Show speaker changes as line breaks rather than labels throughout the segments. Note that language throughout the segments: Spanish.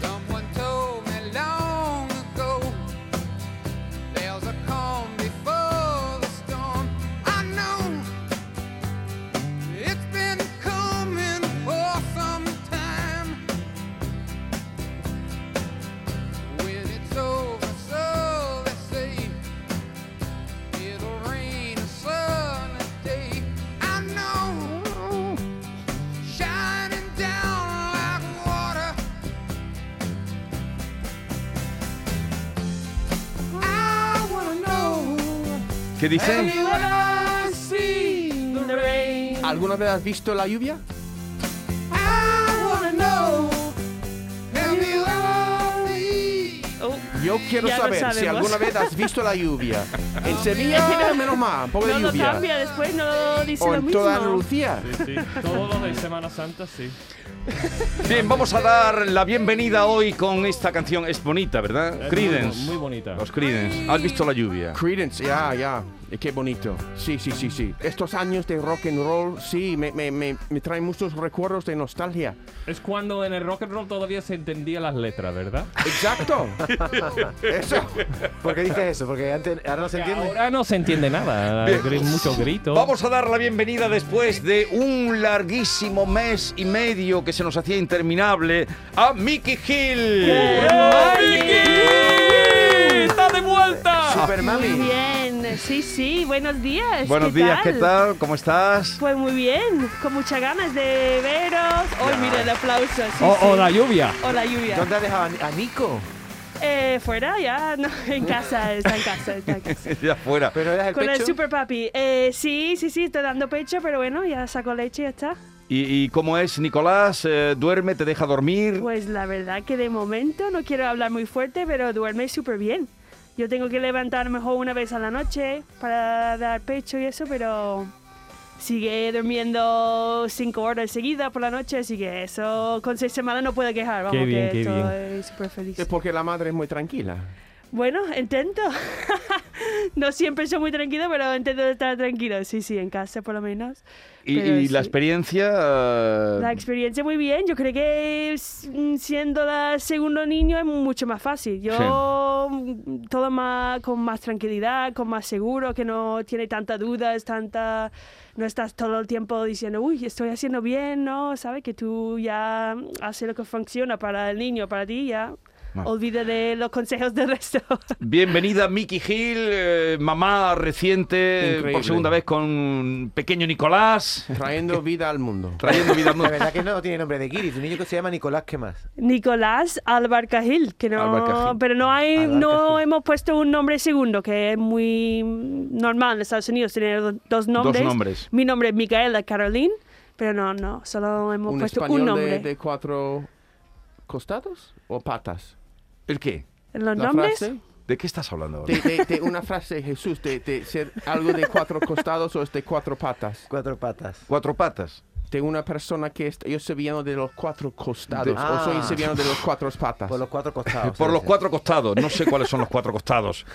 Someone told me long ago there's a calm before the storm. I know it's been coming for some time. When it's over, so they say it'll rain a sunny day. I know, shining down like water. I wanna know.
¿Qué dice?
Anyone seen the rain?
¿Alguna vez has visto la lluvia?
I wanna know. Have you ever seen?
Oh.
Yo quiero
Ya lo
saber si
sabemos.
alguna vez has visto la lluvia. En Sevilla, menos mal, un poco de
No lo
lluvia.
cambia, después no dice
o
lo
en
mismo.
toda Andalucía.
Sí, sí. Todos los de Semana Santa, sí.
Bien, vamos a dar la bienvenida hoy con esta canción. Es bonita, ¿verdad?
Es
Creedence.
Muy, muy bonita.
Los Creedence. ¿Has visto la lluvia?
Credence, ya, ya. Eh, Qué bonito. Sí, sí, sí, sí. Estos años de rock and roll, sí, me, me, me, me traen muchos recuerdos de nostalgia.
Es cuando en el rock and roll todavía se entendía las letras, ¿verdad?
Exacto. Eso.
¿Por qué dices eso? Porque antes, ahora no se entiende.
Ahora no se entiende nada. Gri- Muchos gritos.
Vamos a dar la bienvenida después de un larguísimo mes y medio que se nos hacía interminable a Mickey Hill.
¡Mikey! ¡Está de vuelta!
Super
Muy
mami.
bien, sí, sí, buenos días.
Buenos
¿qué
días, ¿qué
tal?
tal? ¿Cómo estás?
Pues muy bien, con muchas ganas de veros. Hoy, mira el aplauso. Sí,
Oh,
O,
sí.
o la lluvia.
O la lluvia.
¿Dónde has dejado a Ni- a Nico?
Eh, fuera, ya, no, en casa, está en casa, está en casa.
Ya fuera.
¿Pero dejas el
Con
pecho?
el super papi. Eh, sí, sí, sí, estoy dando pecho, pero bueno, ya saco leche y ya está.
¿Y, y cómo es, Nicolás? Eh, ¿Duerme? ¿Te deja dormir?
Pues la verdad que de momento no quiero hablar muy fuerte, pero duerme súper bien. Yo tengo que levantar mejor una vez a la noche para dar pecho y eso, pero sigue durmiendo cinco horas seguidas por la noche, así que eso con seis semanas no puedo quejar, vamos,
Qué bien,
que
qué bien.
estoy súper feliz.
Es porque la madre es muy tranquila.
Bueno, intento. no siempre soy muy tranquilo, pero intento estar tranquilo. Sí, sí, en casa por lo menos.
¿Y,
Pero
y la
sí.
experiencia? eh,
La experiencia muy bien, yo creo que s- mm, siendo la segundo niño es mucho más fácil. Yo mm, todo más con más tranquilidad, con más seguro, que no tiene tantas dudas, tanta no estás todo el tiempo diciendo, "Uy, estoy haciendo bien", no, sabes que tú ya mm, haces lo que funciona para el niño, para ti ya.
Ah.
Olvida de los consejos del resto.
Bienvenida Mickey Hill, eh, mamá reciente,
Increíble.
por segunda vez con pequeño Nicolás,
Trayendo vida al mundo.
trayendo vida al
La
mundo.
verdad que no tiene nombre de Kiri. Tu niño que se llama Nicolás, ¿qué más?
Nicolás Albarcajil, que no,
Albarcajil.
pero no hay, no
Albarcajil.
hemos puesto un nombre segundo, que es muy normal en Estados Unidos tener do- dos nombres.
nombres.
Mi nombre es Micaela Caroline, pero no, no, solo hemos
Un
puesto un
español
nombre.
de, de cuatro costados o patas.
¿El qué?
¿En los
La
nombres?
frase
¿De qué estás hablando ahora?
de, de- de una frase de Jesús, de, de ser algo de cuatro costados o es de cuatro patas.
Cuatro patas.
Cuatro patas.
De una persona que es, yo soy sevillano de los cuatro costados
De-
o soy
Ah.
sevillano de los cuatro patas.
Por los cuatro costados.
Por
sí,
los
sí.
cuatro costados. No sé cuáles son los cuatro costados.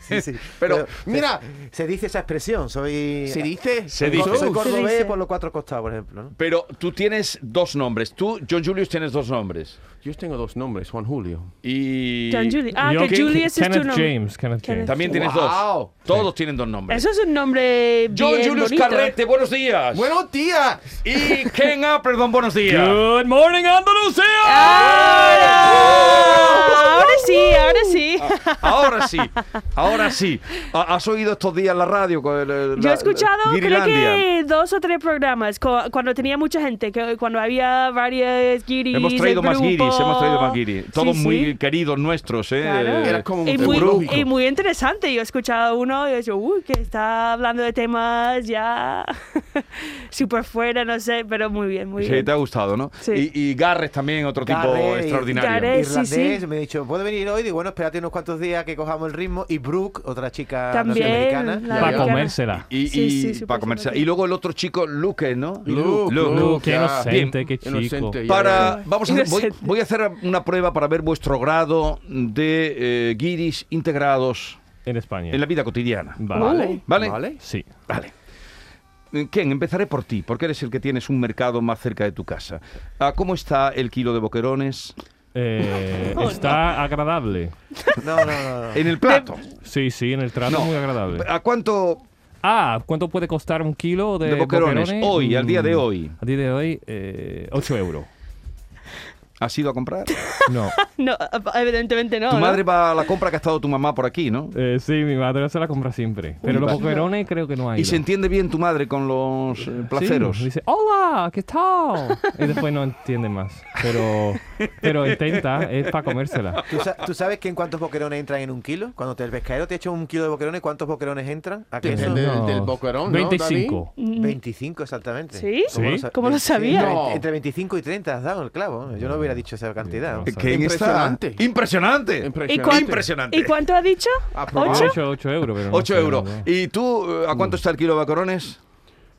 Sí, sí.
Pero,
se-
mira.
Se dice esa expresión. Soy.
¿Se dice?
Se
Yo
dice.
Soy
Jesús.
Se
cordobés
dice.
por los cuatro costados, por ejemplo. ¿no?
Pero tú tienes dos nombres. Tú, John Julius, tienes dos nombres.
Yo tengo dos nombres, Juan Julio.
Y
John Julius. Ah,
Yo-
que
Ken-
Julius es tu
Kenneth
nombre.
James, Kenneth James.
también tienes
Wow.
dos. Todos tienen dos nombres.
Eso es un nombre
John
bien
Julius
bonito. ¿eh?
Carrete, buenos días.
¡Buenos días!
Y Ken A, perdón, buenos días.
Good morning, Andalucía.
Ah, ahora sí, ahora
Ah.
sí.
Ahora sí, ahora sí. Ha- ¿Has oído estos días la radio? Con el- el-
Yo
la-
he escuchado, creo
Guirilandia?
que dos o tres programas, cu- cuando tenía mucha gente, que cuando había varias guiris.
Hemos traído
el
más
grupo.
guiris, hemos traído más guiris.
Sí,
Todos
sí.
muy queridos nuestros, ¿eh?
Claro.
Era como un
y,
tema
muy,
lógico.
y muy interesante. Yo he escuchado uno y he dicho, uy, que está hablando de temas ya súper fuera, no sé, pero muy bien, muy
Sí,
bien.
te ha gustado, ¿no?
Sí.
Y, y Garres también, otro tipo
Garrett,
extraordinario.
Garrett. Eh, sí,
Irlandés,
sí.
me ha dicho, ¿puedo venir hoy? Digo, bueno, espérate unos cuantos días que cojamos el ritmo. Y Brooke, otra chica
También,
norteamericana.
la
Para
americana.
comérsela.
Y,
Sí,
y
sí, súper
para comerse.
simpático.
Y luego el otro chico, Luque, ¿no?
Luke, Luke,
Uh, qué
ya.
inocente, qué chico.
Inocente, ya,
Para,
ya.
vamos a hacer, voy,
Inocente.
voy a hacer una prueba para ver vuestro grado de eh, guiris integrados.
en España.
en la vida cotidiana.
Vale.
¿Vale?
Vale.
Sí.
Vale. Ken, empezaré por ti, porque eres el que tienes un mercado más cerca de tu casa. Ah, ¿Cómo está el kilo de boquerones?
Eh,
Oh,
está agradable.
No, no, no. no.
En el plato.
Sí, sí, en el trato
No.
muy agradable.
¿A cuánto?
Ah, ¿cuánto puede costar un kilo de,
De boquerones, hoy, al día de
Mm,
hoy.
Al día de hoy, eh, 8 euros.
¿Has ido a comprar?
No.
No, evidentemente no.
tu
¿no?
madre va a la compra que ha estado tu mamá por aquí, ¿no?
Eh, sí, mi madre se la compra siempre. Pero los boquerones creo que no hay.
Y se entiende bien tu madre con los eh, placeros.
dice, hola, ¿qué tal? Y después no entiende más. Pero, pero intenta, es para comérsela.
¿Tú, sa- tú sabes que en cuántos boquerones entran en un kilo? Cuando te, el pescadero te echa un kilo de boquerones, ¿cuántos boquerones entran? ¿A qué
Depende
eso?
del-
No,
del boquerón, ¿no,
25.
25 exactamente.
Mm. ¿Sí?
¿Sí?
sa-
¿Cómo lo
Sí,
sabía?
entre-
No.
Entre 25 y 30 has dado el clavo. ¿eh? Yo no hubiera dicho esa cantidad.
Sí,
Eh, Ken
Impresionante.
está... Impresionante.
¿Y,
Impresionante.
cuán-
Impresionante.
¿Y cuánto ha dicho?
Aprobado.
¿Ocho?
8, 8 euros. Pero no
8
sé,
euros.
no.
¿Y tú eh, a cuánto está el kilo de boquerones?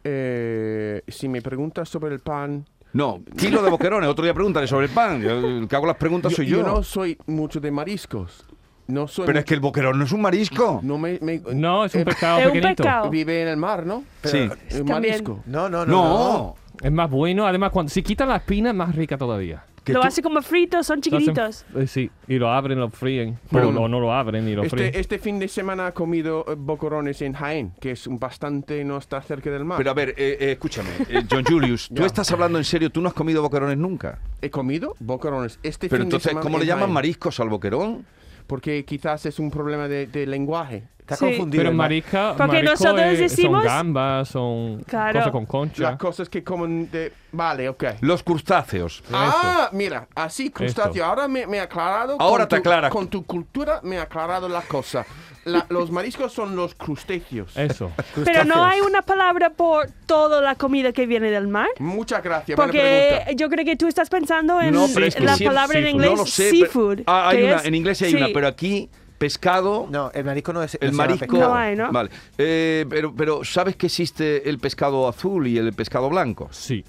Eh, si me preguntas sobre el pan,
No, kilo de boquerones. Otro día pregúntale sobre el pan. Yo, el que hago las preguntas soy yo.
no soy mucho de mariscos. No soy.
Pero es que el boquerón no es un marisco.
no me, me-
No, es Ah, un pescado
Es un
pequeñito.
pescado.
vive en el mar, ¿no?
Sí.
También.
El marisco.
No, no, no.
No.
Es más bueno. Además, cuando si quitan la espina, es más rica todavía.
que
Lo
tú-
hace como frito, son
Lo hacen-
chiquititos.
eh, sí, y lo abren, lo fríen.
Pero-
o lo- no lo abren y lo fríen.
Este, este fin de semana he comido eh, boquerones en Jaén, que es un bastante no está cerca del mar.
Pero a ver, eh, eh, escúchame, eh, John Julius, tú
Ya.
estás hablando en serio, tú no has comido boquerones nunca.
he comido boquerones este
Pero
fin de
entonces,
semana.
¿cómo le
en
llaman
Jaén,
mariscos al boquerón?
Porque quizás es un problema de, de lenguaje.
Está
Sí.
confundido.
Pero
el mar.
marisca,
Porque
marisco
nosotros
es-
decimos-
son gambas, son
Claro.
cosas con concha.
Las cosas que comen de... Vale, ok.
Los crustáceos.
Ah, mira, así crustáceo.
Esto.
Ahora me, me ha aclarado.
Ahora
con
te
tu-
aclara.
Con tu cultura me ha aclarado la cosa. La- los mariscos son los crustáceos.
Eh.
Eso.
Pero no hay una palabra por toda la comida que viene del mar.
Muchas gracias. buena
Porque eh,
pregunta.
yo creo que tú estás pensando en
No, pero es que
la
siempre-
palabra en
seafood.
inglés
no lo sé. pero-
seafood.
Ah, hay
que
una,
es-
en inglés hay
sí.
una, pero aquí pescado,
No, el marisco no es. no
el
se llama
marisco.
pescado.
No hay, ¿no?
Vale. Eh, pero, pero ¿sabes que existe el pescado azul y el pescado blanco?
Sí.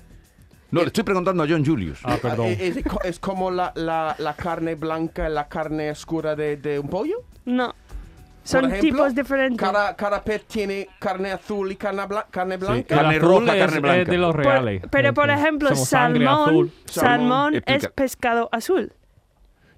No, le estoy preguntando a John Julius.
Ah, perdón.
Eh, Es, es co- es como la, la- la carne blanca y la carne oscura de, de un pollo.
No.
Por
Son
ejemplo,
tipos diferentes.
Cada, cada pez tiene carne azul y carne, bla- carne
Sí.
blanca.
Carne
El azul
roja,
es-
carne blanca.
es de los
Por-
reales.
pero
Eh,
por
que
ejemplo,
somos sangre
salmón,
azul.
salmón es
Explica.
pescado azul.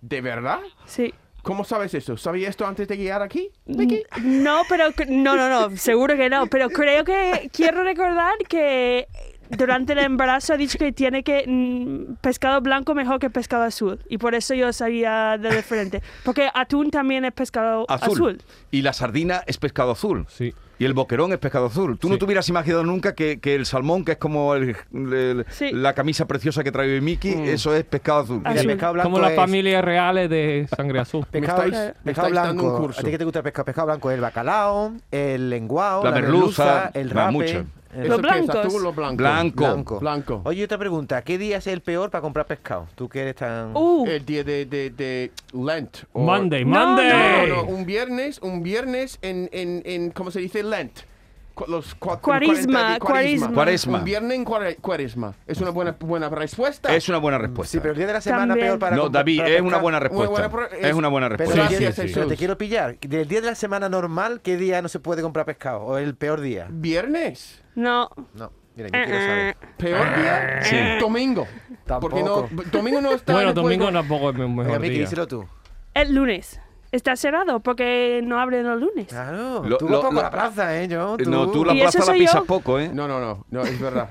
¿De verdad?
Sí.
¿Cómo sabes eso? ¿Sabía esto antes de llegar aquí?
No, pero cre- no, no, no, seguro que no. Pero creo que quiero recordar que durante el embarazo ha dicho que tiene que mm, pescado blanco mejor que pescado azul y por eso yo sabía de diferente. Porque atún también es pescado azul.
Azul. Y la sardina es pescado azul.
Sí.
Y el boquerón es pescado azul. Tú no
Sí.
te hubieras imaginado nunca que, que el salmón, que es como el- el-
Sí. Mm.
la camisa preciosa que trae Mickey, eso es pescado azul.
Mira, el
Azul.
pescado blanco
Como las
es-
familias reales de sangre azul.
Pescado,
Me estáis- me
pescado
estáis dando
blanco.
un curso.
¿A ti qué te gusta el pescado? Pescado blanco es el bacalao, el lenguao,
La
la,
merluza,
merluza, el
va
rape.
mucho.
el-
Los
¿Eso qué es?
blancos.
¿Azul o blanco?
Blanco.
Blanco.
Blanco.
Oye, otra pregunta. ¿Qué día es el peor para comprar pescado? Tú que eres tan...
Uh,
El día de, de, de Lent. o-
Monday,
No,
No,
Monday.
no, Oh. un viernes, un viernes en, en, en ¿cómo se dice? Lent. Cu- Los cua-
Cuaresma,
40 de cuaresma.
cuaresma.
Cuaresma.
Un viernes en cuare- cuaresma. Es una buena, buena respuesta.
Es una buena respuesta.
Sí, pero el día de la semana
También.
peor para
no,
comprar-
David,
para
es
pescar.
una buena
Muy
respuesta.
buena pro-
es una buena
Pero,
respuesta.
Sí,
gracias,
sí, sí.
pero te quiero pillar. ¿Del día de la semana normal qué día no se puede comprar pescado? ¿O el peor día?
Viernes.
no.
No, mira, yo quiero saber.
Mm,
Peor día.
Ah. Sí.
Domingo.
Tampoco.
Porque no, domingo no está.
Bueno,
no puede-
domingo tampoco es mi
Oiga,
mejor
Miki,
día.
díselo tú.
El lunes. Está cerrado porque no abren los lunes.
Ah.
Claro,
Lo-
tú
lo-
vas poco
lo-
a la plaza, ¿eh, John?
No, tú la
¿Y eso
plaza la
soy
pisas
yo?
poco, ¿eh?
No, no, no, no, es verdad.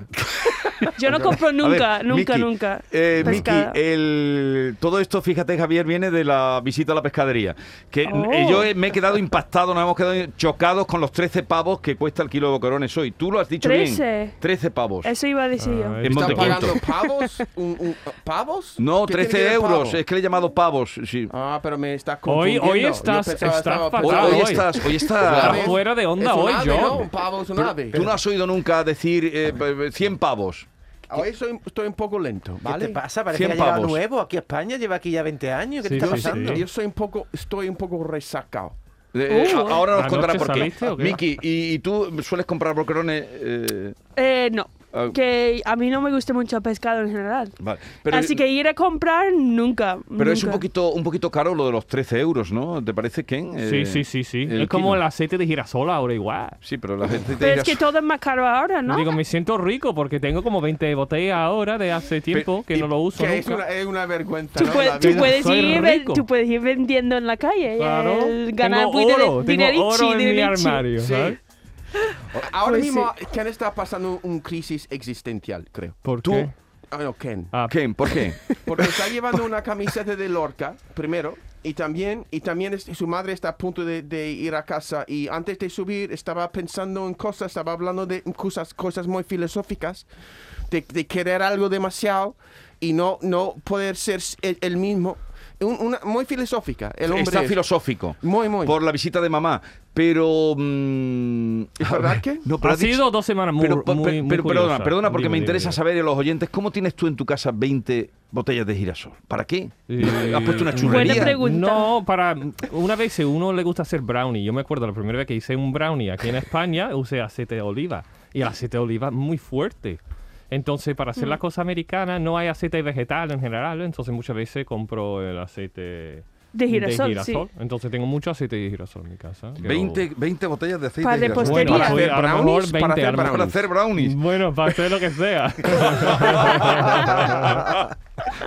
Yo no compro
A ver,
nunca, nunca,
Miki,
nunca.
eh, Miki,
pescado.
el- todo esto, fíjate, Javier, viene de la visita a la pescadería. Que
Oh.
eh, yo he- me he quedado impactado, nos hemos quedado chocados con los 13 pavos que cuesta el kilo de boquerones hoy. Tú lo has dicho bien.
Trece.
13 pavos.
Eso iba a decir yo.
Ah,
En
está
¿Están
Montequinto.
pagando pavos? Un- un- ¿Pavos?
No,
¿Qué tiene que
13
ver
euros.
pavo?
Es que le he llamado pavos. Sí.
Ah, pero me estás
Hoy-
confundiendo.
hoy
Yo
estás-
pensaba
estás
estaba
Hoy,
fatal.
pagando.
hoy estás, hoy
Claro.
estás.
Pues
Está fuera de onda
Es un
hoy,
ave,
John.
¿no? Un pavo es un ave.
Tú no has oído nunca decir eh, p- p- 100 pavos.
Ah, Hoy soy- estoy un poco lento,
¿Qué
¿vale?
te pasa? Parece que ha
100
llegado
pavos.
nuevo aquí a España, lleva aquí ya 20 años.
Sí,
¿Qué te está
sí,
pasando?
sí.
Yo soy un poco, estoy un poco resacado.
Eh,
Uh.
a- ahora nos
¿Anoche
contará por qué.
saliste o qué?
Miki, ¿y, y tú sueles comprar boquerones? eh,
Eh, no.
Ah,
que a mí no me gusta mucho el pescado en general.
vale. Pero-
Así que ir a comprar nunca.
Pero es un
nunca.
poquito, un poquito caro lo de los 13 euros, ¿no? ¿Te parece, Ken? Eh,
Sí, sí, sí, sí.
el
Es como
kilo.
el aceite de girasol ahora igual.
Sí, pero la gente te
Pero
dirá,
es que todo es más caro ahora, ¿no?
Digo, me siento rico porque tengo como 20 botellas ahora de hace tiempo que no lo uso
Que
nunca.
es una, es una vergüenza.
Tú,
¿no?
pue-
La
tú
vida.
puedes
Soy
ir, ven-
rico.
tú puedes ir vendiendo en la calle. eh,
Claro.
el ganar
tengo
dinero-
oro,
dinerichi,
tengo oro en mi
dinerichi.
armario, ¿sabes?
Ahora
Pues
mismo, Ken está pasando un crisis existencial, creo.
¿Por
Tú-
qué?
Ah, no, Ken.
Ah,
Ken, ¿por qué?
Porque está llevando una camiseta de Lorca, primero, y también, y también es- su madre está a punto de, de ir a casa. Y antes de subir, estaba pensando en cosas, estaba hablando de cosas, cosas muy filosóficas, de, de querer algo demasiado y no, no poder ser el, el mismo. Un- una, muy filosófica, el hombre.
Está
es.
filosófico.
Muy, muy.
Por la visita de mamá. Pero. mm,
¿Es verdad que?
No, pero
ha
has dicho-
sido dos semanas muy,
Pero,
muy,
pero-
muy
pero- perdona,
curiosas.
perdona, porque
Dime,
me
dime,
interesa
dime.
saber a los oyentes, ¿cómo tienes tú en tu casa 20 botellas de girasol? ¿Para qué?
Eh,
¿Has puesto una
Buena
churrería?
Buena pregunta.
No, para una vez si uno le gusta hacer brownie. Yo me acuerdo la primera vez que hice un brownie aquí en España usé aceite de oliva y el aceite de oliva es muy fuerte. Entonces para
Mm.
hacer las cosas americanas no hay aceite vegetal en general, entonces muchas veces compro el aceite
De girasol, sí.
Entonces tengo mucho aceite de girasol en mi casa. que lo-
20, 20 botellas de aceite
Para
de girasol.
repostería. Bueno,
a
hacer
lo mejor
brownies,
20
para hacer
a lo mejor
Para
brownies.
hacer brownies.
Bueno, para hacer lo que sea.
pues, ah,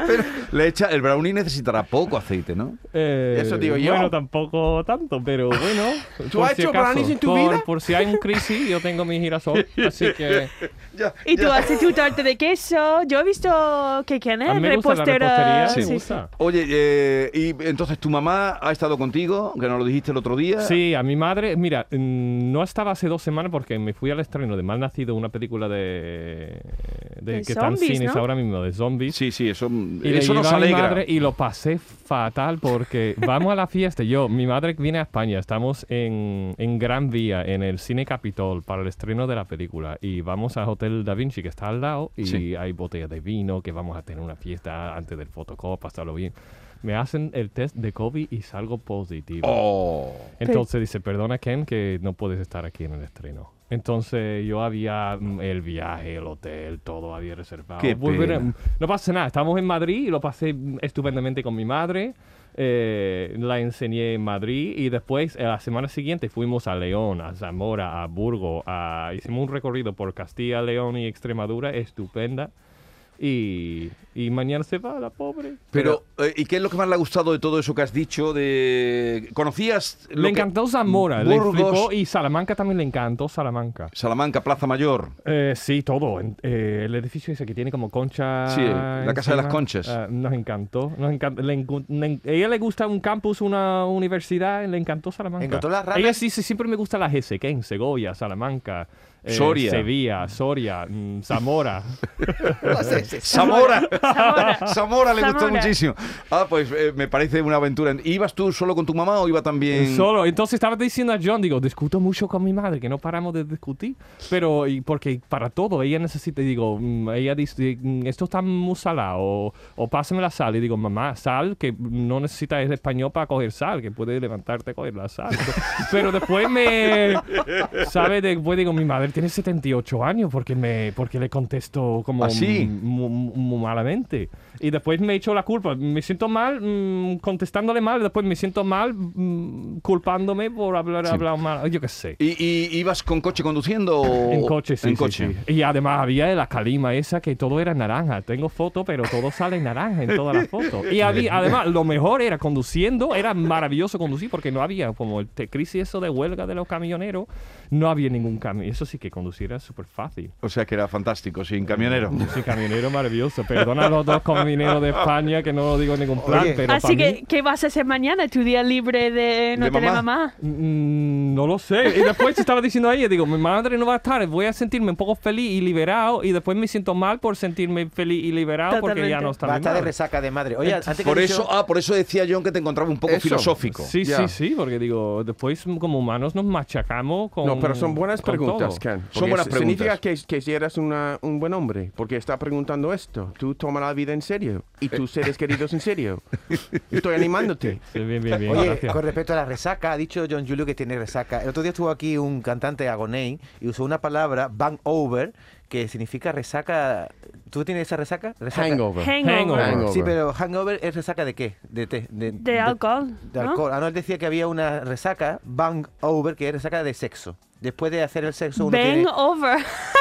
Pero le echa, el brownie necesitará poco aceite, ¿no?
Eh,
Eso digo yo.
Bueno, tampoco tanto, pero bueno.
¿Tú
por
has hecho
acaso,
brownies en tu
por-
vida?
Por si hay un crisis, yo tengo mi girasol. Así
Eh,
que
Ya,
Y tú
ya.
haces tu tarta de queso. Yo he visto que quién
a
es
mí me gusta la
repostera.
repostería.
Sí,
Sí,
sí,
me gusta.
Oye, eh, y entonces tu mamá ha estado contigo, que nos lo dijiste el otro día.
Sí, a mi madre, mira, mm, no estaba hace dos semanas porque me fui al estreno de Malnacido, una película de, de,
De
que está en
zombies,
cines
¿no?
ahora mismo, de zombies.
Sí, sí, eso,
Y le
eso nos
llevé a mi
alegra.
madre y lo pasé fatal porque vamos a la fiesta. Yo, mi madre viene a España, estamos en, en Gran Vía, en el Cine Capitol, para el estreno de la película. Y vamos al Hotel Da Vinci, que está al lado, y
Sí.
hay botellas de vino, que vamos a tener una fiesta antes del fotocop, pasarlo bien. Me hacen el test de COVID y salgo positivo.
Oh.
Entonces dice, perdona Ken, que no puedes estar aquí en el estreno. Entonces yo había mm, el viaje, el hotel, todo había reservado.
Qué
Volver a-
pena.
No pasa nada, estamos en Madrid y lo pasé mm, estupendamente con mi madre. Eh, la enseñé en Madrid y después eh, la semana siguiente fuimos a León, a Zamora, a Burgo, a... hicimos un recorrido por Castilla, León y Extremadura, estupenda. Y, y mañana se va la pobre.
Pero, eh, ¿y qué es lo que más le ha gustado de todo eso que has dicho? De... ¿Conocías? lo
Le
que-
encantó Zamora,
Burgos-
le flipó y Salamanca también le encantó Salamanca.
Salamanca, Plaza Mayor.
Eh, sí, todo. En- eh, el edificio ese que tiene como concha.
Sí, la Casa de las Conchas.
Ah, nos encantó. Nos encantó. Le encu- le en- ella le gusta un campus, una universidad. Le encantó Salamanca.
¿Encontró las ranas?
Ella sí, sí, siempre me gusta la GS, en Segovia, Salamanca. eh,
Soria.
Sevilla, Soria, mm, Zamora.
Zamora. Zamora le gustó
Zamora.
muchísimo. Ah, pues eh, me parece una aventura. ¿Ibas tú solo con tu mamá o iba también...?
Solo. Entonces estaba diciendo a John, digo, discuto mucho con mi madre, que no paramos de discutir. Pero, y porque para todo, ella necesita, digo, mm, ella dice, mm, esto está muy salado, o, o pásame la sal. Y digo, mamá, sal, que no necesitas el español para coger sal, que puedes levantarte a coger la sal. pero después me, ¿sabes? Después digo, mi madre tiene 78 años, porque me porque le contesto como
¿Ah, sí?
mm, mu- mu- muy malamente. Y después me echo la culpa. Me siento mal mm, contestándole mal, después me siento mal mm, culpándome por hablar, hablar mal. Yo qué sé.
¿Y, y ibas con coche conduciendo o...?
En coche, sí.
En
sí,
coche.
sí. Y además había la calima esa que todo era naranja. Tengo fotos, pero todo sale naranja en todas las fotos. Y había, además, lo mejor era conduciendo, era maravilloso conducir porque no había, como el te- crisis eso de huelga de los camioneros, no había ningún camión. Eso sí que conducir era súper fácil.
O sea que era fantástico, sin camionero.
Sí, camionero maravilloso. Perdona a los dos camioneros de España que no lo digo en ningún plan,
Oye.
pero
Así
pa'
que,
mí-
¿qué vas a hacer mañana? ¿Tu día libre de no
De
tener
mamá.
mamá?
Mm, No lo sé. Y después estaba diciendo a ella, digo, mi madre no va a estar, voy a sentirme un poco feliz y liberado y después me siento mal por sentirme feliz y liberado porque ya
Totalmente.
no está
Va a
mi
estar de
madre.
resaca de madre. Oye, antes que
Por
has dicho-
eso, ah, por eso decía John que te encontraba un poco
Eso.
filosófico.
Sí,
Ya.
sí, sí, porque digo, después como humanos nos machacamos con
No, pero son buenas
con
preguntas,
todo.
Ken. Jan.
Son buenas
porque Significa
preguntas.
que, que si eres una- un buen hombre, porque está preguntando esto. Tú tomas la vida en serio y
Eh.
tus seres queridos en serio. Estoy animándote.
Sí, bien, bien, bien.
Oye,
gracias.
con respecto a la resaca, ha dicho John Julio que tiene resaca. El otro día estuvo aquí un cantante agoney y usó una palabra, bang over, que significa resaca. ¿Tú tienes esa resaca? Resaca.
Hangover.
Hangover.
Hangover.
Sí, pero hangover es resaca de qué? De té. De,
De alcohol,
De
¿no?
alcohol. Ah, no, él decía que había una resaca, bang over, que es resaca de sexo. Después de hacer el sexo, uno
Bang
tiene...
over.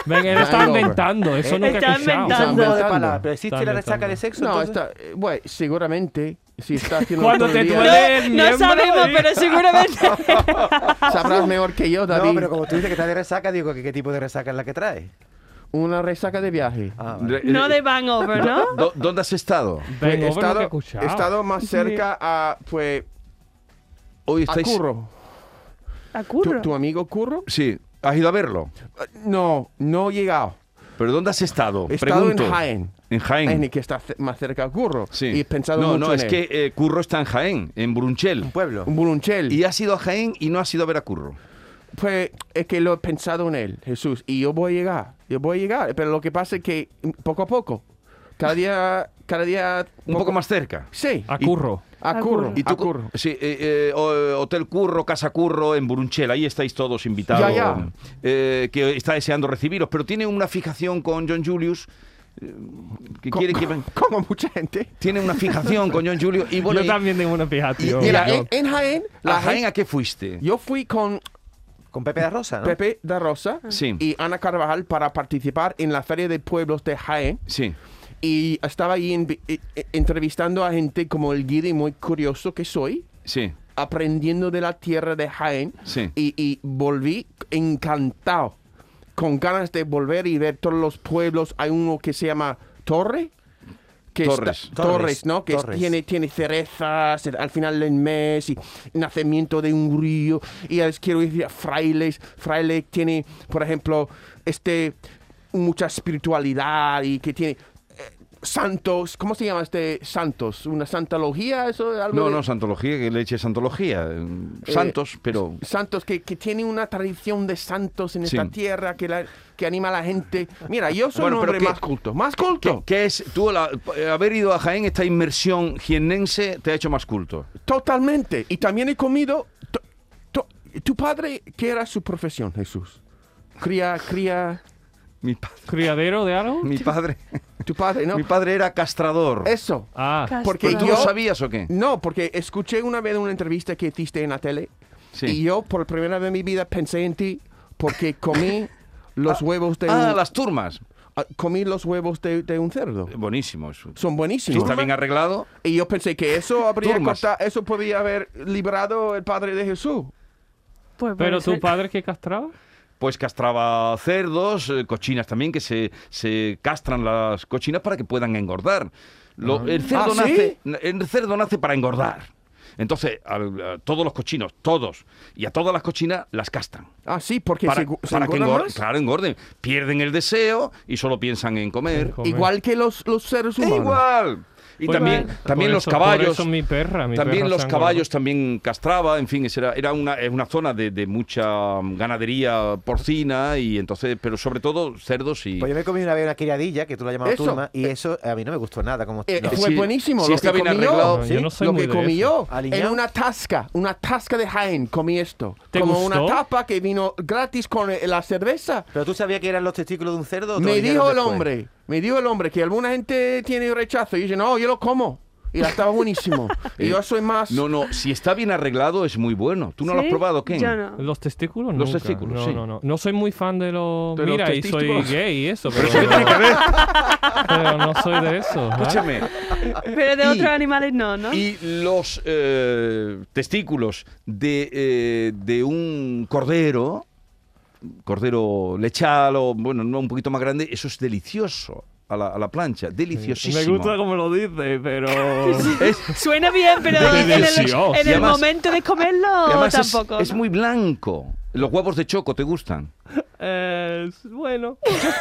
Ven, él está
Hangover.
inventando. Eso
Eh,
nunca he
está
escuchado.
Es un
inventando.
juego de palabras, pero existe
Está
la resaca
inventando.
de sexo.
No,
entonces-
está, eh, bueno, seguramente, si está haciendo
Cuando
todo el
te
día,
duele- Dale,
No,
miembro,
no sabemos,
diga.
pero seguramente.
sabrás mejor que yo, David,
No, pero como tú dices que está de resaca, digo que qué tipo de resaca es la que trae.
una resaca de viaje.
Ah, vale.
Re-
No
eh,
de bang over, ¿no?
¿dó- ¿Dónde has estado?
Pues,
Hangover nunca
estado,
he escuchado.
he estado más cerca a, pues,
Hoy
a
estáis.
Curro.
A
¿Tu,
curro.
tu amigo Curro?
Sí, has ido a verlo.
Eh, No, no he llegado.
¿Pero dónde has estado?
He estado
Pregunto.
en Jaén.
En Jaén.
Es ni que está ce- más cerca a Curro.
Sí.
Y he pensado
no,
mucho
no,
en
es
él.
que eh, Curro está en Jaén, en Brunchel.
Un pueblo.
Un bulunchel.
Y has ido a Jaén y no has ido a ver a Curro.
Pues es que lo he pensado en él, Jesús, y yo voy a llegar, yo voy a llegar, pero lo que pasa es que mm, poco a poco, cada día, cada día...
Un poco más cerca.
Sí.
A
y-
curro.
A curro,
Y tú,
a Ah, curro.
Sí, eh, eh, o- Hotel Curro, Casa Curro, en Brunchel. Ahí estáis todos invitados.
Ya, ya.
eh, que está deseando recibiros. Pero tiene una fijación con John Julius. eh, que quiere que. ven-
Como mucha gente.
Tiene una fijación con John Julius. Y bueno,
yo
y-
también tengo una pija, tío.
Mira,
Yo-
en, en Jaén, la
¿a Jaén
gente-
a qué fuiste?
yo fui con
Con Pepe de Rosa,
Ah.
¿no?
Pepe da Rosa
Sí.
y Ana Carvajal para participar en la Feria de Pueblos de Jaén.
Sí.
Y estaba ahí en- eh, eh, entrevistando a gente como el Guidi, muy curioso que soy.
Sí,
aprendiendo de la tierra de Jaén
Sí.
y, y volví encantado, con ganas de volver y ver todos los pueblos. Hay uno que se llama Torre. Que está-
Torres.
Torres,
Torres,
¿no? Que es-
Torres.
tiene, tiene cerezas al final del mes y nacimiento de un río. Y es- quiero ir a frailes. Fraile tiene, por ejemplo, este mucha espiritualidad y que tiene eh, santos. ¿Cómo se llama este santos? ¿Una santalogía? Eso, algo
No,
de-
no, santología, que leche es santología. eh, Santos, pero.
santos, que, que tiene una tradición de santos en
Sí.
esta tierra que, la- que anima a la gente. Mira, yo soy
Bueno,
un
pero
hombre
¿qué-
más culto, más
¿Qué,
culto,
qué es? Tú, la- eh, haber ido a Jaén, esta inmersión jiennense, te ha hecho más culto.
totalmente. Y también he comido... to- to- tu padre, ¿qué era su profesión, Jesús? Cría, cría...
Mi, pa-
¿Criadero de algo?
mi padre
Tu padre, ¿no?
mi padre era castrador.
Eso.
Ah,
Porque
¿Y tú
yo-
lo sabías o qué?
No, porque escuché una vez una entrevista que hiciste en la tele
Sí.
y yo por primera vez en mi vida pensé en ti porque comí los huevos de
Ah,
un,
las turmas.
ah, comí los huevos de, de un cerdo.
Eh, Buenísimo eso.
Son
Sí,
buenísimos.
está bien arreglado.
Y yo pensé que eso habría
Turmas.
corta- eso podía haber liberado el padre de Jesús.
Pues puede
pero tu
ser.
padre que castraba.
Pues castraba cerdos, eh, cochinas también, que se, se castran las cochinas para que puedan engordar. Lo- el, cerdo
¿Ah, sí?
nace, el cerdo nace para engordar. Entonces, al- a todos los cochinos, todos, y a todas las cochinas las castran.
Ah, sí, porque
para,
se, gu- se
para que
engorda
engor-
más.
claro, engorden. Pierden el deseo y solo piensan en comer.
Joder.
Igual que los, los seres
Da
humanos.
igual. Y
Pues
también,
por
también los
eso-
caballos.
Por eso mi perra, mi
también
perra
los
se engorda.
caballos también castraba, en fin, ese era, era una, es una zona de, de mucha ganadería porcina y entonces, pero sobre todo cerdos y...
Pues yo me comí una vez una criadilla, que tú la llamabas
Eso.
turma, y eso a mí no me gustó nada. Como,
Eh,
no.
fue
Sí,
buenísimo.
sí
lo
está
que
bien
comí
arreglado.
yo,
No, yo no soy
lo
muy
que
de
comí yo
eso.
Aliñán.
en una tasca, una tasca de Jaén, comí esto.
¿Te
como
gustó?
una tapa que vino gratis con eh, la cerveza.
¿Pero tú sabías que eran los testículos de un cerdo? o te lo
Me
dijeron
dijo el
después?
hombre, me dijo el hombre que alguna gente tiene rechazo. Y yo, no, yo lo como. Y ya estaba buenísimo. y yo soy más...
No, no, si está bien arreglado es muy bueno. ¿Tú no lo has
¿Sí?
probado, Ken?
Yo no.
Los testículos,
Los
nunca.
testículos,
no,
sí.
no, no. No soy muy fan de los.
De los
Mira, y soy
testículos.
gay y eso. Pero, pero no soy de eso. ¿vale?
Escúchame,
¿Ah? Pero de
Ah, Y-
otros animales no, ¿no?
y los eh, testículos de, eh, de un cordero, cordero lechal o, bueno, no, un poquito más grande, eso es delicioso a la, a la plancha, deliciosísimo.
Me gusta como lo dices, pero.
Es-
Suena bien, pero en el, en
Delicioso.
Y
el
además-
momento de
y
comerlo
además es-
tampoco.
Es, muy blanco. Los huevos de choco, ¿te gustan?
eh, bueno.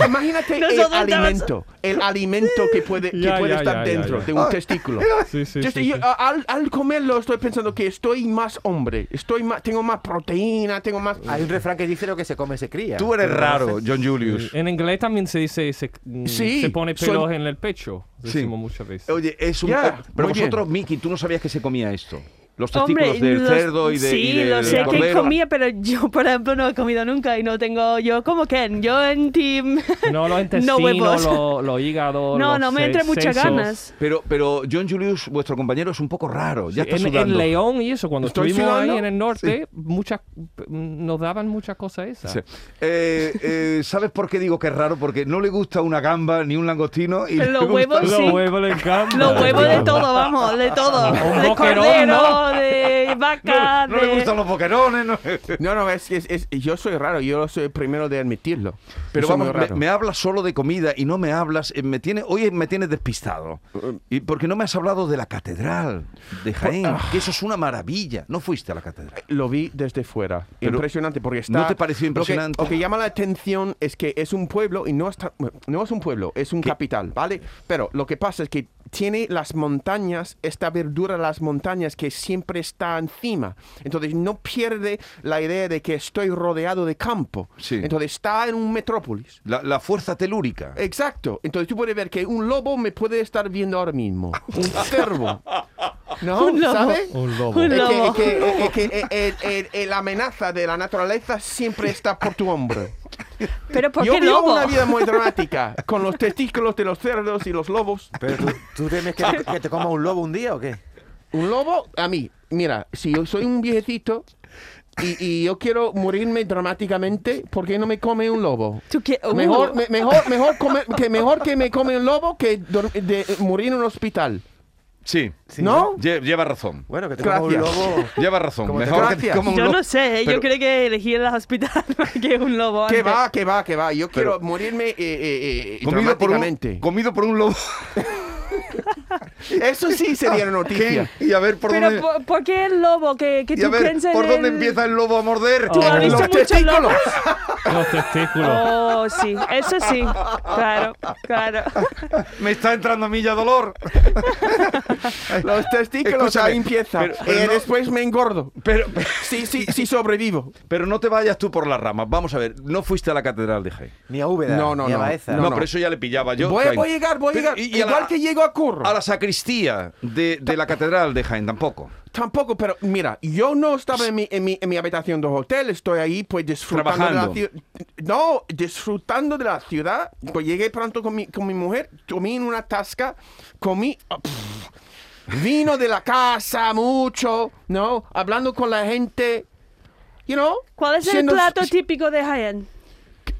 Imagínate el
Nosotros estábamos-
alimento, el alimento que puede, que
Ya,
puede
ya,
estar
ya, ya,
dentro
ya.
de un testículo.
Sí, sí,
Yo
sí,
estoy- yo,
sí.
a- al, al comerlo estoy pensando que estoy más hombre, estoy más, tengo más proteína, tengo más...
Hay un refrán que dice lo que se come se cría.
Tú eres
Pero no
raro,
sé.
John Julius.
En inglés también se dice, se, mm,
Sí,
se pone
son-
pelos en el pecho.
Sí.
Decimos muchas veces.
Oye, es un...
Ya,
eh, pero
muy bien.
vosotros, Miki, tú no sabías que se comía esto. Los testículos
Hombre,
del
los-
cerdo y, de,
sí,
y del
lo sé que
cordero.
comía, pero yo, por ejemplo, no he comido nunca y no tengo. Yo como Ken, yo en team.
No los
no
intestinos,
huevos.
los lo hígados.
no,
los
no me
se-
entra muchas
sesos.
ganas.
Pero, pero John Julius, vuestro compañero, es un poco raro. Ya está
en, en
sudando.
León y eso, cuando
Estoy
estuvimos
sudando.
ahí en el norte, muchas, nos daban muchas cosas esas.
Sí. Eh, eh, ¿Sabes por qué digo que es raro? Porque no le gusta una gamba ni un langostino. Y
Pero
le
los
gusta-
huevos
Los
sí.
huevos le encantan.
Los huevos de todo, vamos, de todo.
Un
De
boquerón,
cordero,
¿no?
de vaca,
No le
de-
gustan los boquerones. no le-
No, no, es, es, es- yo soy raro, yo soy el primero de admitirlo.
Pero
Yo soy muy
vamos, me,
raro.
me hablas solo de comida y no me hablas. eh, Me tiene, hoy me tienes despistado. Y porque no me has hablado de la catedral de Jaén, que eso es una maravilla. No fuiste a la catedral.
Lo vi desde fuera.
Pero,
impresionante, porque está...
¿no te pareció
lo que-
impresionante?
Lo que, llama la atención es que es un pueblo y no es, tan- bueno, no es un pueblo, es un capital, ¿vale? Pero lo que pasa es que tiene las montañas, esta verdura de las montañas que siempre está encima. Entonces no pierde la idea de que estoy rodeado de campo.
Sí.
Entonces está en un metrópolis.
La, la fuerza telúrica.
Exacto. Entonces tú puedes ver que un lobo me puede estar viendo ahora mismo. Un cervo. ¿No?
Un lobo.
¿Sabes?
Un lobo.
Un
Es que-
lobo.
es que, es que, el, el- el amenaza de la naturaleza siempre está por tu hombro.
Pero ¿por
Yo
qué
vivo
lobo?
una vida muy dramática, con los testículos de los cerdos y los lobos.
Pero tú, ¿tú temes
Ah.
que, que te coma un lobo un día o qué?
Un lobo, a mí, mira, si yo soy un viejecito y, y yo quiero morirme dramáticamente, ¿por qué no me come un lobo?
Tú quie- uh.
Mejor, me- mejor, mejor, comer- que, mejor que me come un lobo que dor- de- morir en un hospital.
Sí.
Sí,
¿No?
Lle- lleva razón.
Bueno, que te
Gracias.
coma un lobo.
Lleva razón.
Como te-
Mejor que te
Gracias.
coma un
Yo
lobo.
no sé,
Pero-
yo creo que elegí el hospital que un lobo.
Que
antes.
va, que va, que va. Yo
Pero-
quiero morirme eh, eh, eh,
Comido por, un,
dramáticamente.
comido por un lobo.
Eso sí sería una noticia.
¿Qué? Y a ver por
Pero
dónde.
¿por, por qué el lobo? Que, que
y a
tú
ver
piensas
por
en
dónde
el-
empieza el lobo a morder.
¿Tú has visto
Los
muchos lobos?
testículos.
Los testículos.
Oh, sí, eso sí. Claro, claro.
Me está entrando a mí ya dolor.
Los testículos
Escúchame,
ahí empieza.
pero- pero
Eh,
no-
Después me engordo.
Pero,
Sí, sí, sí sobrevivo.
pero no te vayas tú por las ramas. Vamos a ver, no fuiste a la catedral de Jaén.
Ni a Úbeda,
No, no,
ni a
no.
Baeza.
No,
no.
pero eso ya le pillaba yo.
voy,
Jaén.
voy a llegar, voy a
Pero-
llegar.
y- y a la-
Igual que llego a Curro.
A la sacristía de, de la catedral de Jaén tampoco.
Tampoco, pero mira, yo no estaba en mi, en mi, en mi habitación de hotel, estoy ahí pues disfrutando
Trabajando.
de la ciudad. No, disfrutando de la ciudad. Pues llegué pronto con mi, con mi mujer, comí en una tasca, comí... ah, pff, vino de la casa mucho, ¿no? Hablando con la gente, you know.
¿Cuál es el
siendo-
plato típico de Jaén?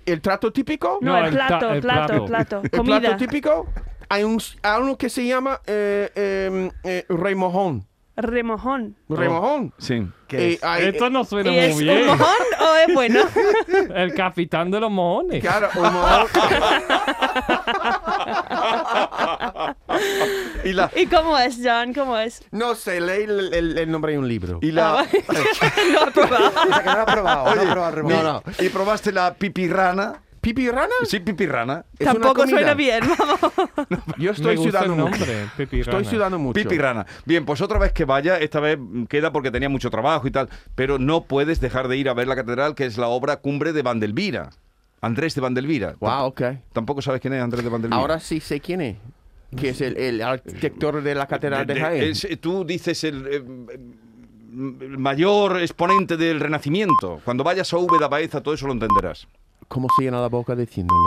¿El trato típico?
No,
No,
el,
el ta-
plato,
el
plato, plato,
plato.
El
Comida.
plato típico, hay, un, hay uno que se llama eh, eh, eh, remojón.
Remojón.
Remojón.
Sí.
¿Qué
Eh,
es?
hay-
Esto
eh,
no suena
¿Y es
muy bien.
un mojón o es bueno?
El capitán de los mojones.
Claro, un mojón.
Y la,
¿Y cómo es, John? ¿Cómo es? Ah,
no sé, leí el, el- el nombre de un libro.
y la,
Lo he probado.
O sea, que no lo has probado, no has probado el
no,
remojón.
no. ¿Y probaste la pipirrana?
¿Pipi rana?
Sí, pipirrana.
Es una
Tampoco
comida.
suena bien, vamos.
Yo
Me
estoy
gusta
sudando
el
mucho.
nombre, pipirrana.
Estoy sudando mucho.
Pipirrana. Bien, pues otra vez que vaya, esta vez mm, queda porque tenía mucho trabajo y tal, pero no puedes dejar de ir a ver la catedral, que es la obra cumbre de Vandelvira. Andrés de Vandelvira.
Wow, ok.
Tampoco sabes quién es Andrés de Vandelvira.
Ahora sí sé quién es. Que es el, el arquitecto de la catedral de,
De- de-
Jaén.
es- tú dices el, eh, mm, el mayor exponente del Renacimiento. Cuando vayas a Úbeda, Baeza, todo eso lo entenderás.
¿Cómo se llena la boca diciéndolo?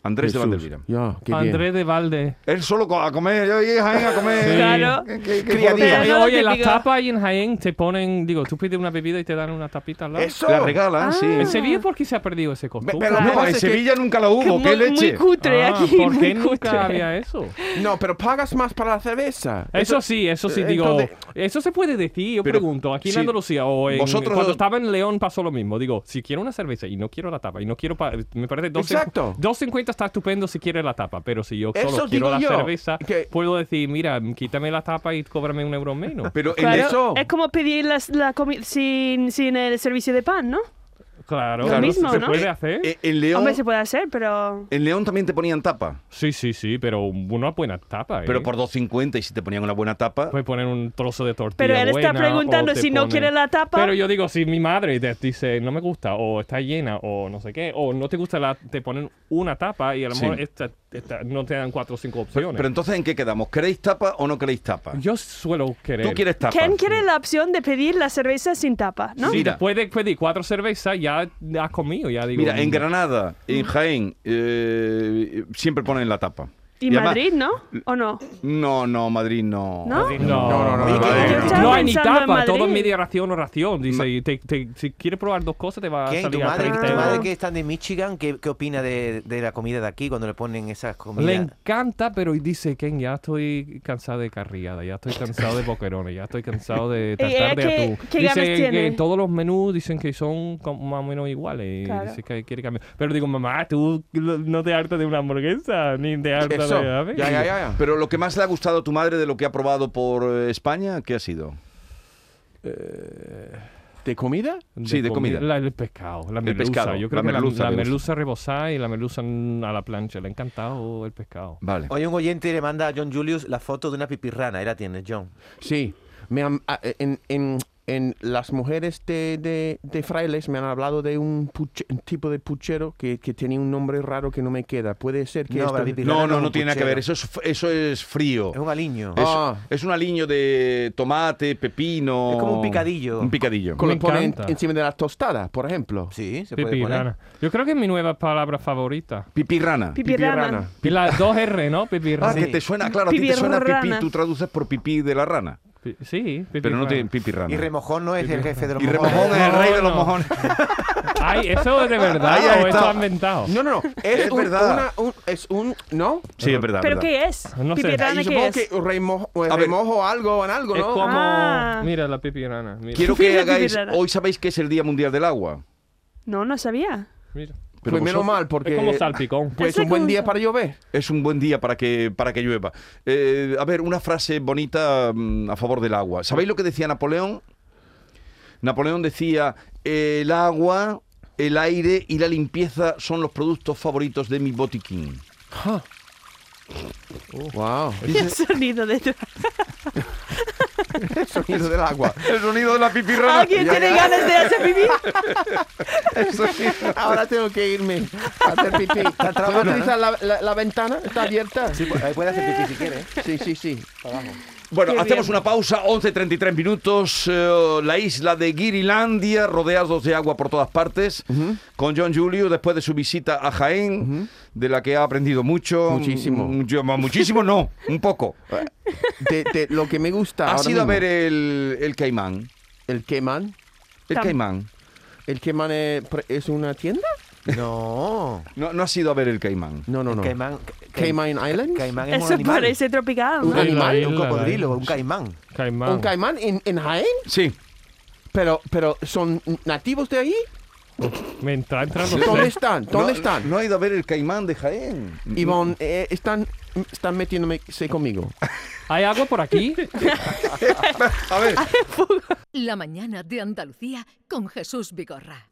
Andrés de
Jesús.
Vandelvira.
Ya, qué bien.
Andrés de Valde.
Él solo co- a comer, yo dije, Jaén a
Sí.
comer.
Claro.
¿Qué- qué- qué
Criadilla.
joder?
Pero no
Oye,
lo
las
típico.
tapas ahí en Jaén te ponen, digo, tú pides una bebida y te dan una tapita al lado.
Eso.
La regalan, sí.
En Sevilla, ¿por qué se ha perdido ese costumbre?
Pe- pero
Ah, Claro.
No,
pasa
en
es que-
Sevilla nunca la hubo,
muy,
qué leche.
muy cutre
Ah,
aquí.
¿Por qué
muy cutre.
nunca había eso?
No, pero pagas más para la cerveza.
Eso sí, eso sí,
eh,
digo.
entonces-
eso se puede decir, yo
Pero,
pregunto. Aquí
sí,
en Andalucía o en.
vosotros
cuando
dos-
estaba en León pasó lo mismo. Digo, si quiero una cerveza y no quiero la tapa y no quiero. pa- Me parece. dos-
Exacto.
2.50 está estupendo si quieres la tapa, pero si yo
Eso
solo quiero
digo
la
yo,
cerveza,
que-
puedo decir, mira, quítame la tapa y cóbrame un euro menos.
Pero en
Claro,
eso-
Es como pedir las- la comida sin, sin el servicio de pan, ¿no?
Claro,
Lo mismo,
se
¿no?
puede hacer.
Eh, en, León,
Hombre, se puede hacer, pero...
en León también te ponían tapa,
Sí, sí, sí, pero una buena tapa. ¿eh?
pero por 2.50 y si te ponían una buena tapa...
Puedes poner un trozo de tortilla.
Pero él está
buena,
preguntando
o te
si no
ponen-
quiere la tapa.
Pero yo digo, si mi madre te dice no me gusta, o está llena, o no sé qué, o no te gusta, la, te ponen una tapa y a lo
Sí.
mejor esta- esta- no te dan cuatro o cinco opciones.
Pero, pero entonces, ¿en qué quedamos? ¿Queréis tapa o no queréis tapa?
yo suelo querer.
Tú quieres tapa.
¿Quién quiere la opción de pedir la cerveza sin tapa, no?
Si
Mira.
después de pedir cuatro cervezas, ya has comido, ya digo.
Mira, en
mm,
Granada, en Jaén, eh, siempre ponen la tapa.
Y,
además-
Madrid, ¿no? ¿O no?
No, no, Madrid no.
¿No?
No,
No,
no, no, no,
no, no.
No hay ni
Pensando en
tapa, todo es
Madrid.
media ración o ración. Dice, y te- te- si quieres probar dos cosas, te va a
¿Quién?
salir
¿Tu
a
madre,
30
tu
euros.
madre que está de Michigan? ¿Qué, qué opina de, de la comida de aquí cuando le ponen esas
Le
comidas?
encanta, pero dice que ya estoy cansado de carriada, ya estoy cansado de boquerones, ya estoy cansado de
ella
tartar de
qué-
atún.
qué
dice
ganas
que
tiene?
todos los menús dicen que son como más o menos iguales. y
Claro.
Dice que quiere cambiar. Pero digo, mamá, tú no te hartas de una hamburguesa, ni te hartas
Eso.
de... a ver".
Ya, ya, ya, ya.
Pero lo que más le ha gustado a tu madre de lo que ha probado por eh, España, ¿qué ha sido?
¿De comida?
Sí, de comida.
La- el pescado, la merluza.
pescado,
Yo
la
creo que la-
merluza
la,
le gusta.
merluza rebozada y la merluza mm, a la plancha. Le ha encantado el pescado.
Vale.
Hoy un oyente le manda a John Julius la foto de una pipirrana. Ahí la tienes, John.
Sí. Me han- a- en, en- en las mujeres de, de- de frailes me han hablado de un, puche- un tipo de puchero que, que tiene un nombre raro que no me queda. Puede ser que
No,
esto-
la pipirrana
No,
es
no,
un
no tiene nada que
puchero.
ver. Eso es, f- eso es frío.
Es un aliño.
Es,
Ah.
es un aliño de tomate, pepino.
Es como un picadillo.
Un picadillo.
que lo
Me
ponen
encanta.
encima de las tostadas, por ejemplo.
Sí, se puede poner.
Pipirrana. Yo creo que es mi nueva palabra favorita.
Pipirrana.
Pipirrana.
Y las dos R, ¿no?
Ah,
Pipirrana.
que te suena, claro, a ti te suena pipí,
Pipirrana.
tú traduces por pipí de la rana,
Pi- Sí,
pero no te
pipirrana.
pipirrana.
Y Remojón no es el jefe de los
Y remojón es
mojones.
el
No,
rey de los
no.
mojones.
Ay, ¿eso es de verdad
Ahí ha
o esto
estado.
ha inventado?
No, no, no. Es,
Es
un-
verdad.
una- un- es un. ¿No.
Sí, es verdad.
¿Pero
verdad.
qué es?
No sé.
¿Pipirrana qué
Y supongo
es?
que remojo,
A ver.
remojo algo en algo,
Es
¿no?
como...
Ah.
Mira la pipirana. Mira.
Quiero que
Fíjate,
hagáis.
Pilar.
Hoy sabéis que es el Día Mundial del Agua.
No, no sabía.
Mira.
Pero
pues menos
vosotros-
mal, porque.
Es como salpicón.
Pues
Ese
un buen
como-
día para llover.
Es un buen día para que, para que llueva. Eh, a ver, una frase bonita mm, a favor del agua. ¿Sabéis lo que decía Napoleón? Napoleón decía, el agua, el aire y la limpieza son los productos favoritos de mi botiquín.
Wow.
El sonido de...
El sonido del agua.
El sonido de la pipirrana.
¿Alguien tiene ganas de hacer pipí?
Ahora tengo que irme a hacer pipí.
Está trabada,
¿Puedo
¿no?
utilizar la, la- la ventana? ¿Está abierta?
Sí, pues, ahí puedes hacer pipí si quieres.
Sí, sí, sí.
Bueno,
Qué
hacemos
bien.
una pausa, 11.33 minutos, eh, la isla de Guirilandia, rodeados de agua por todas partes, con John Julio, después de su visita a Jaén, de la que ha aprendido mucho.
Muchísimo.
Mm, yo- muchísimo no, un poco.
De, de lo que me gusta.
ha
ahora
sido e- a
mismo.
ver el, el caimán.
el Keman.
El
Tam-
caimán.
¿El Keman es, pre- es una tienda?
No.
No, no ha sido a ver el caimán.
No, no, no.
Caimán.
Caimán Island.
Caimán es un
Eso
animal.
parece tropical,
Un
¿no?
Una-
animal.
isla,
Un
la
cocodrilo,
isla.
un caimán.
Caimán.
Un caimán en, en Jaén.
Sí.
Pero, pero ¿son nativos de ahí?
Me está entrando
¿Dónde
sed.
están? ¿Dónde
No,
están?
No ha ido a ver el caimán de Jaén.
Ivonne, eh, están, están metiéndose conmigo.
¿Hay agua por aquí?
A ver.
La mañana de Andalucía con Jesús Vigorra.